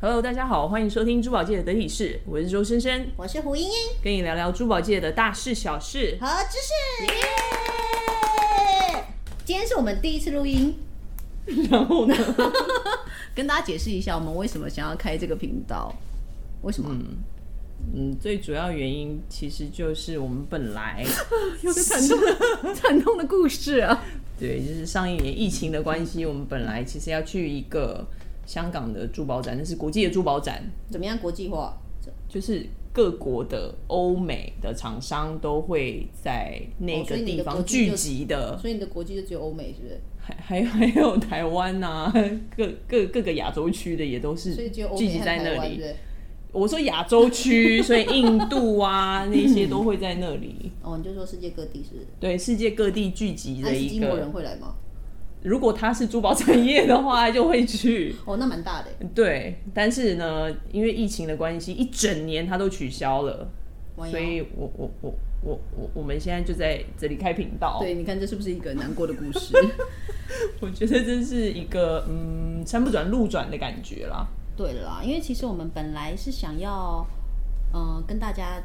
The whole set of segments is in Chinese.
Hello，大家好，欢迎收听珠宝界的得体室，我是周深深，我是胡茵茵跟你聊聊珠宝界的大事小事。和知识。耶！今天是我们第一次 录音， 然后呢，跟大家解释一下我们为什么想要开这个频道，为什么？嗯，最主要原因其实就是我们本来有个惨痛，惨痛的故事啊！对，就是上一年疫情的关系，我们本来其实要去一个香港的珠宝展，那是国际的珠宝展，怎么样国际化？就是各国的欧美的厂商都会在那哦个所以你的地方国际聚就集的，所以你的国际就只有欧美，是不是？还 还有还有台湾呐、 各各各个亚洲区的也都是所以只有欧聚美集和在台那湾，是不里。是？我说亚洲 区，所以印度啊那些都会在那里。哦，你就说世界各地是不是？对，世界各地聚集那的斯一基摩个。人会来吗？如果他是珠宝产业的话，就会去。哦，那蛮大的耶。对，但是呢，因为疫情的关系，一整年他都取消了，弯所腰以哦我我我我我我们现在就在这里开频道。对，你看这是不是一个难过的故事？我觉得这是一个嗯，山不转路转的感觉啦。对啦，因为其实我们本来是想要，呃，跟大家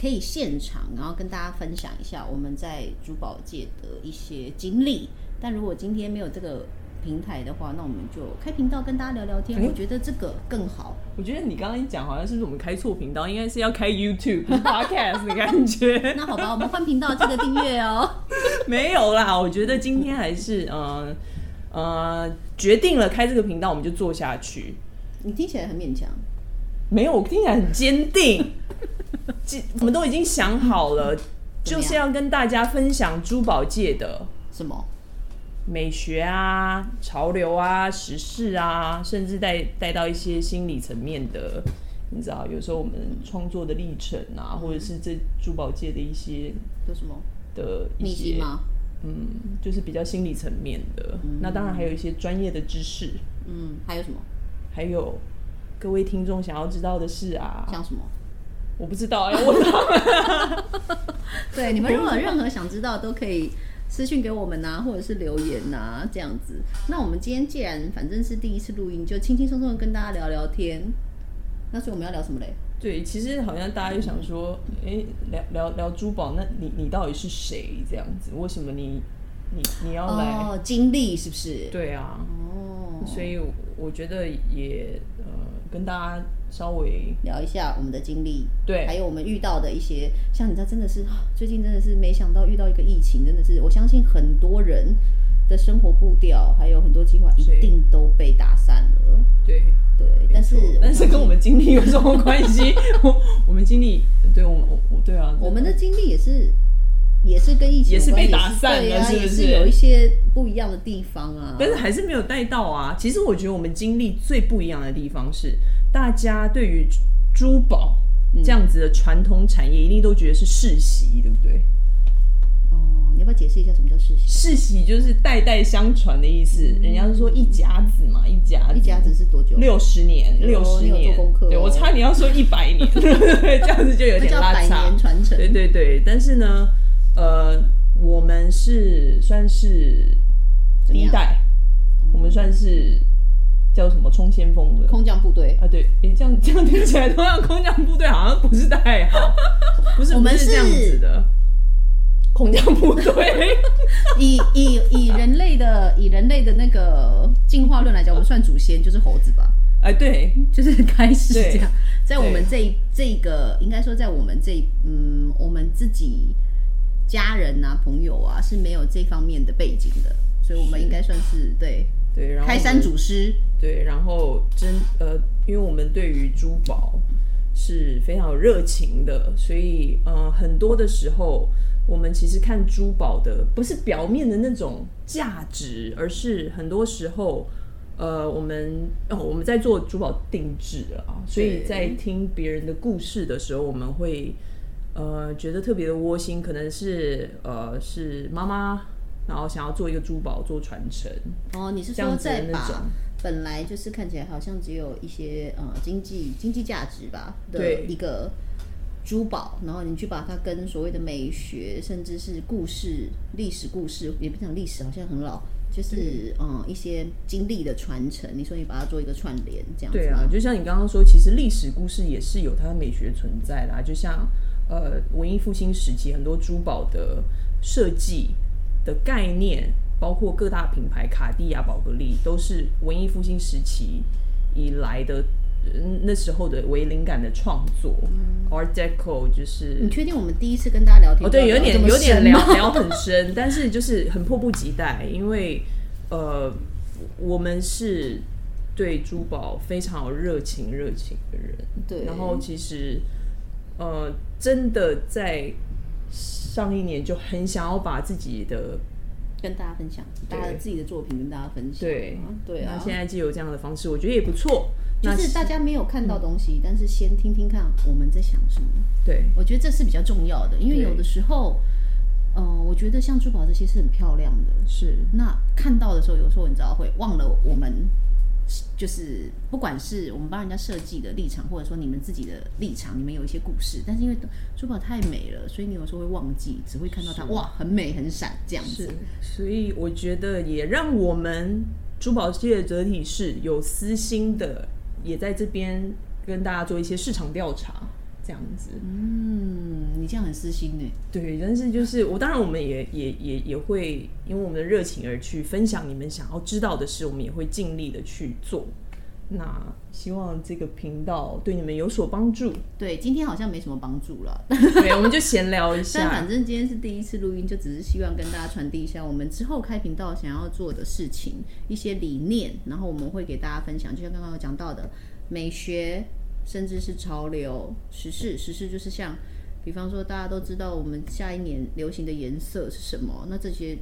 可以现场，然后跟大家分享一下我们在珠宝界的一些经历。但如果今天没有这个平台的话，那我们就开频道跟大家聊聊天，哎我觉得这个更好。我觉得你刚刚一讲，好像是不是我们开错频道，应该是要开 YouTube 不是 podcast 的感觉。 那好吧，我们换频道，记得订阅哦。 没有啦，我觉得今天还是嗯呃决定了开这个频道，我们就做下去。你听起来很勉强，没有，我听起来很坚 定，这我们都已经想好了，怎就么样是要跟大家分享珠宝界的什么？美学啊、潮流啊、时事啊，甚至带带到一些心理层面的，你知道，有时候我们创作的历程啊，或者是这珠宝界的一些有什么的一秘籍些，吗？嗯，就是比较心理层面的。那当然还有一些专业的知识，嗯，还有什么？还有各位听众想要知道的事啊，像什么？我不知道要问他对，你们如果有任何想知道，都可以私信给我们呐、或者是留言呐、这样子。那我们今天既然反正是第一次录音，就轻轻松松的跟大家聊聊天。那所以我们要聊什么嘞？对，其实好像大家就想说，诶，聊聊聊珠宝，那你你到底是谁？这样子，为什么你你你要来？哦，经历是不是？对啊，哦，所以我我觉得也呃，跟大家稍微聊一下我们的经历，对还有我们遇到的一些，像你知道，真的是 啊最近真的是没想到遇到一个疫情，真的是我相信很多人的生活步调还有很多计划一对定都被打散了。对，对，但是没错但是跟我们经历有什么关 系？我我们经历，对我我我对啊，我们的经历也是也是跟疫情也是有关被打散了也是是对不啊，是也有一些不一样的地方啊。但是还是没有带到啊。其实我觉得我们经历最不一样的地方是，大家对于珠宝嗯这样子的传统产业，一定都觉得是世袭，对不对？哦，你要不要解释一下什么叫世袭？世袭就是代代相传的意思，人家是说一甲子嘛，一甲子嗯一家子是多久？六十年，有六十你有年，做功课哦对我差点要说一百 年，这样子就有那点叫拉百差。年传承。对对对，但是呢，呃，我们是算是第怎么一样代，我们算是叫什么冲先锋的空降部队，啊？对，诶、这样这样听起来，同样空降部队好像不是太 好，不是我们不是这样是子的，空降部队以以以人类的以人类的那个进化论来讲，我们算祖先就是猴子吧， 哎、对，就是开始对这样。在我对们这一这一个，应该说在我们这一嗯，我们自己家人啊、朋友啊是没有这方面的背景的，所以我们应该算是对对，然后开山祖师，对，然后真呃，因为我们对于珠宝是非常有热情的，所以呃，很多的时候我们其实看珠宝的不是表面的那种价值，而是很多时候。呃，我们哦，我们在做珠宝定制啊，所以对在听别人的故事的时候，我们会呃觉得特别的窝心，可能是呃是妈妈，然后想要做一个珠宝做传承，哦，你是这样说子的再那种把本来就是看起来好像只有一些呃经济经济价值吧的对一个珠宝，然后你去把它跟所谓的美学，甚至是故事、历史故事，也不讲历史，好像很老，就是嗯一些经历的传承。你说你把它做一个串联，这样子对啊吗，就像你刚刚说，其实历史故事也是有它的美学存在啦。就像呃，文艺复兴时期很多珠宝的设计的概念，包括各大品牌卡地亚、宝格丽，都是文艺复兴时期以来的。嗯那时候的为灵感的创作、a r t Deco 就是嗯你确定我们第一次跟大家聊天哦，不要对，聊有呃这点么有点深吗 聊 聊很深，但是就是很迫不及待，因为呃，我们是对珠宝非常有热情热情的人，对，然后其实呃，真的在上一年就很想要把自己的跟大家分享大家对自己的作品，跟大家分享。对对啊那，现在既有这样的方式，我觉得也不错。就那嗯是大家没有看到东西，但是先听听看我们在想什么。对我觉得这是比较重要的，因为对有的时候，嗯、我觉得像珠宝这些是很漂亮的，是那看到的时候，有时候你知道会忘了我们，就是不管是我们帮人家设计的立场，或者说你们自己的立场，你们有一些故事，但是因为珠宝太美了，所以你有时候会忘记，只会看到它是哇，很美很闪这样是子。，所以我觉得也让我们珠宝界的整体是有私心的，也在这边跟大家做一些市场调查，这样子。嗯，你这样很私心呢。对，但是就是我，当然我们也也也也会因为我们的热情而去分享你们想要知道的事，我们也会尽力的去做。那希望这个频道对你们有所帮 助。对，今天好像没什么帮助了，对，我们就闲聊一但下。反正今天是第一次录音，就只是希望跟大家传递一下我们之后开频道想要做的事情，一些理念，然后我们会给大家分享，就像刚刚有讲到的美学，甚至是潮流、时事，时事就是像，比方说大家都知道我们下一年流行的颜色是什么，那这些。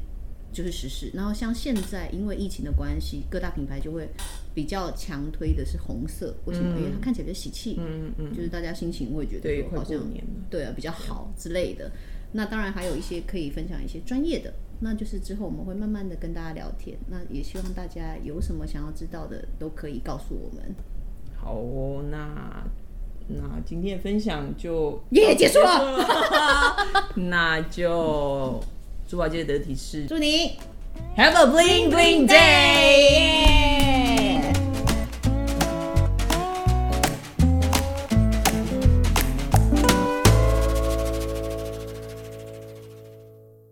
就是时事，然后像现在因为疫情的关系，各大品牌就会比较强推的是红色，为什么？因为它看起来比较喜气，嗯嗯，就是大家心情会觉得对，说快好过像年了。对啊比较好之类的。那当然还有一些可以分享一些专业的，那就是之后我们会慢慢的跟大家聊天。那也希望大家有什么想要知道的都可以告诉我们。好哦，那那今天的分享就耶结束了了那就珠宝界的得体是祝你 Have a bling bling day。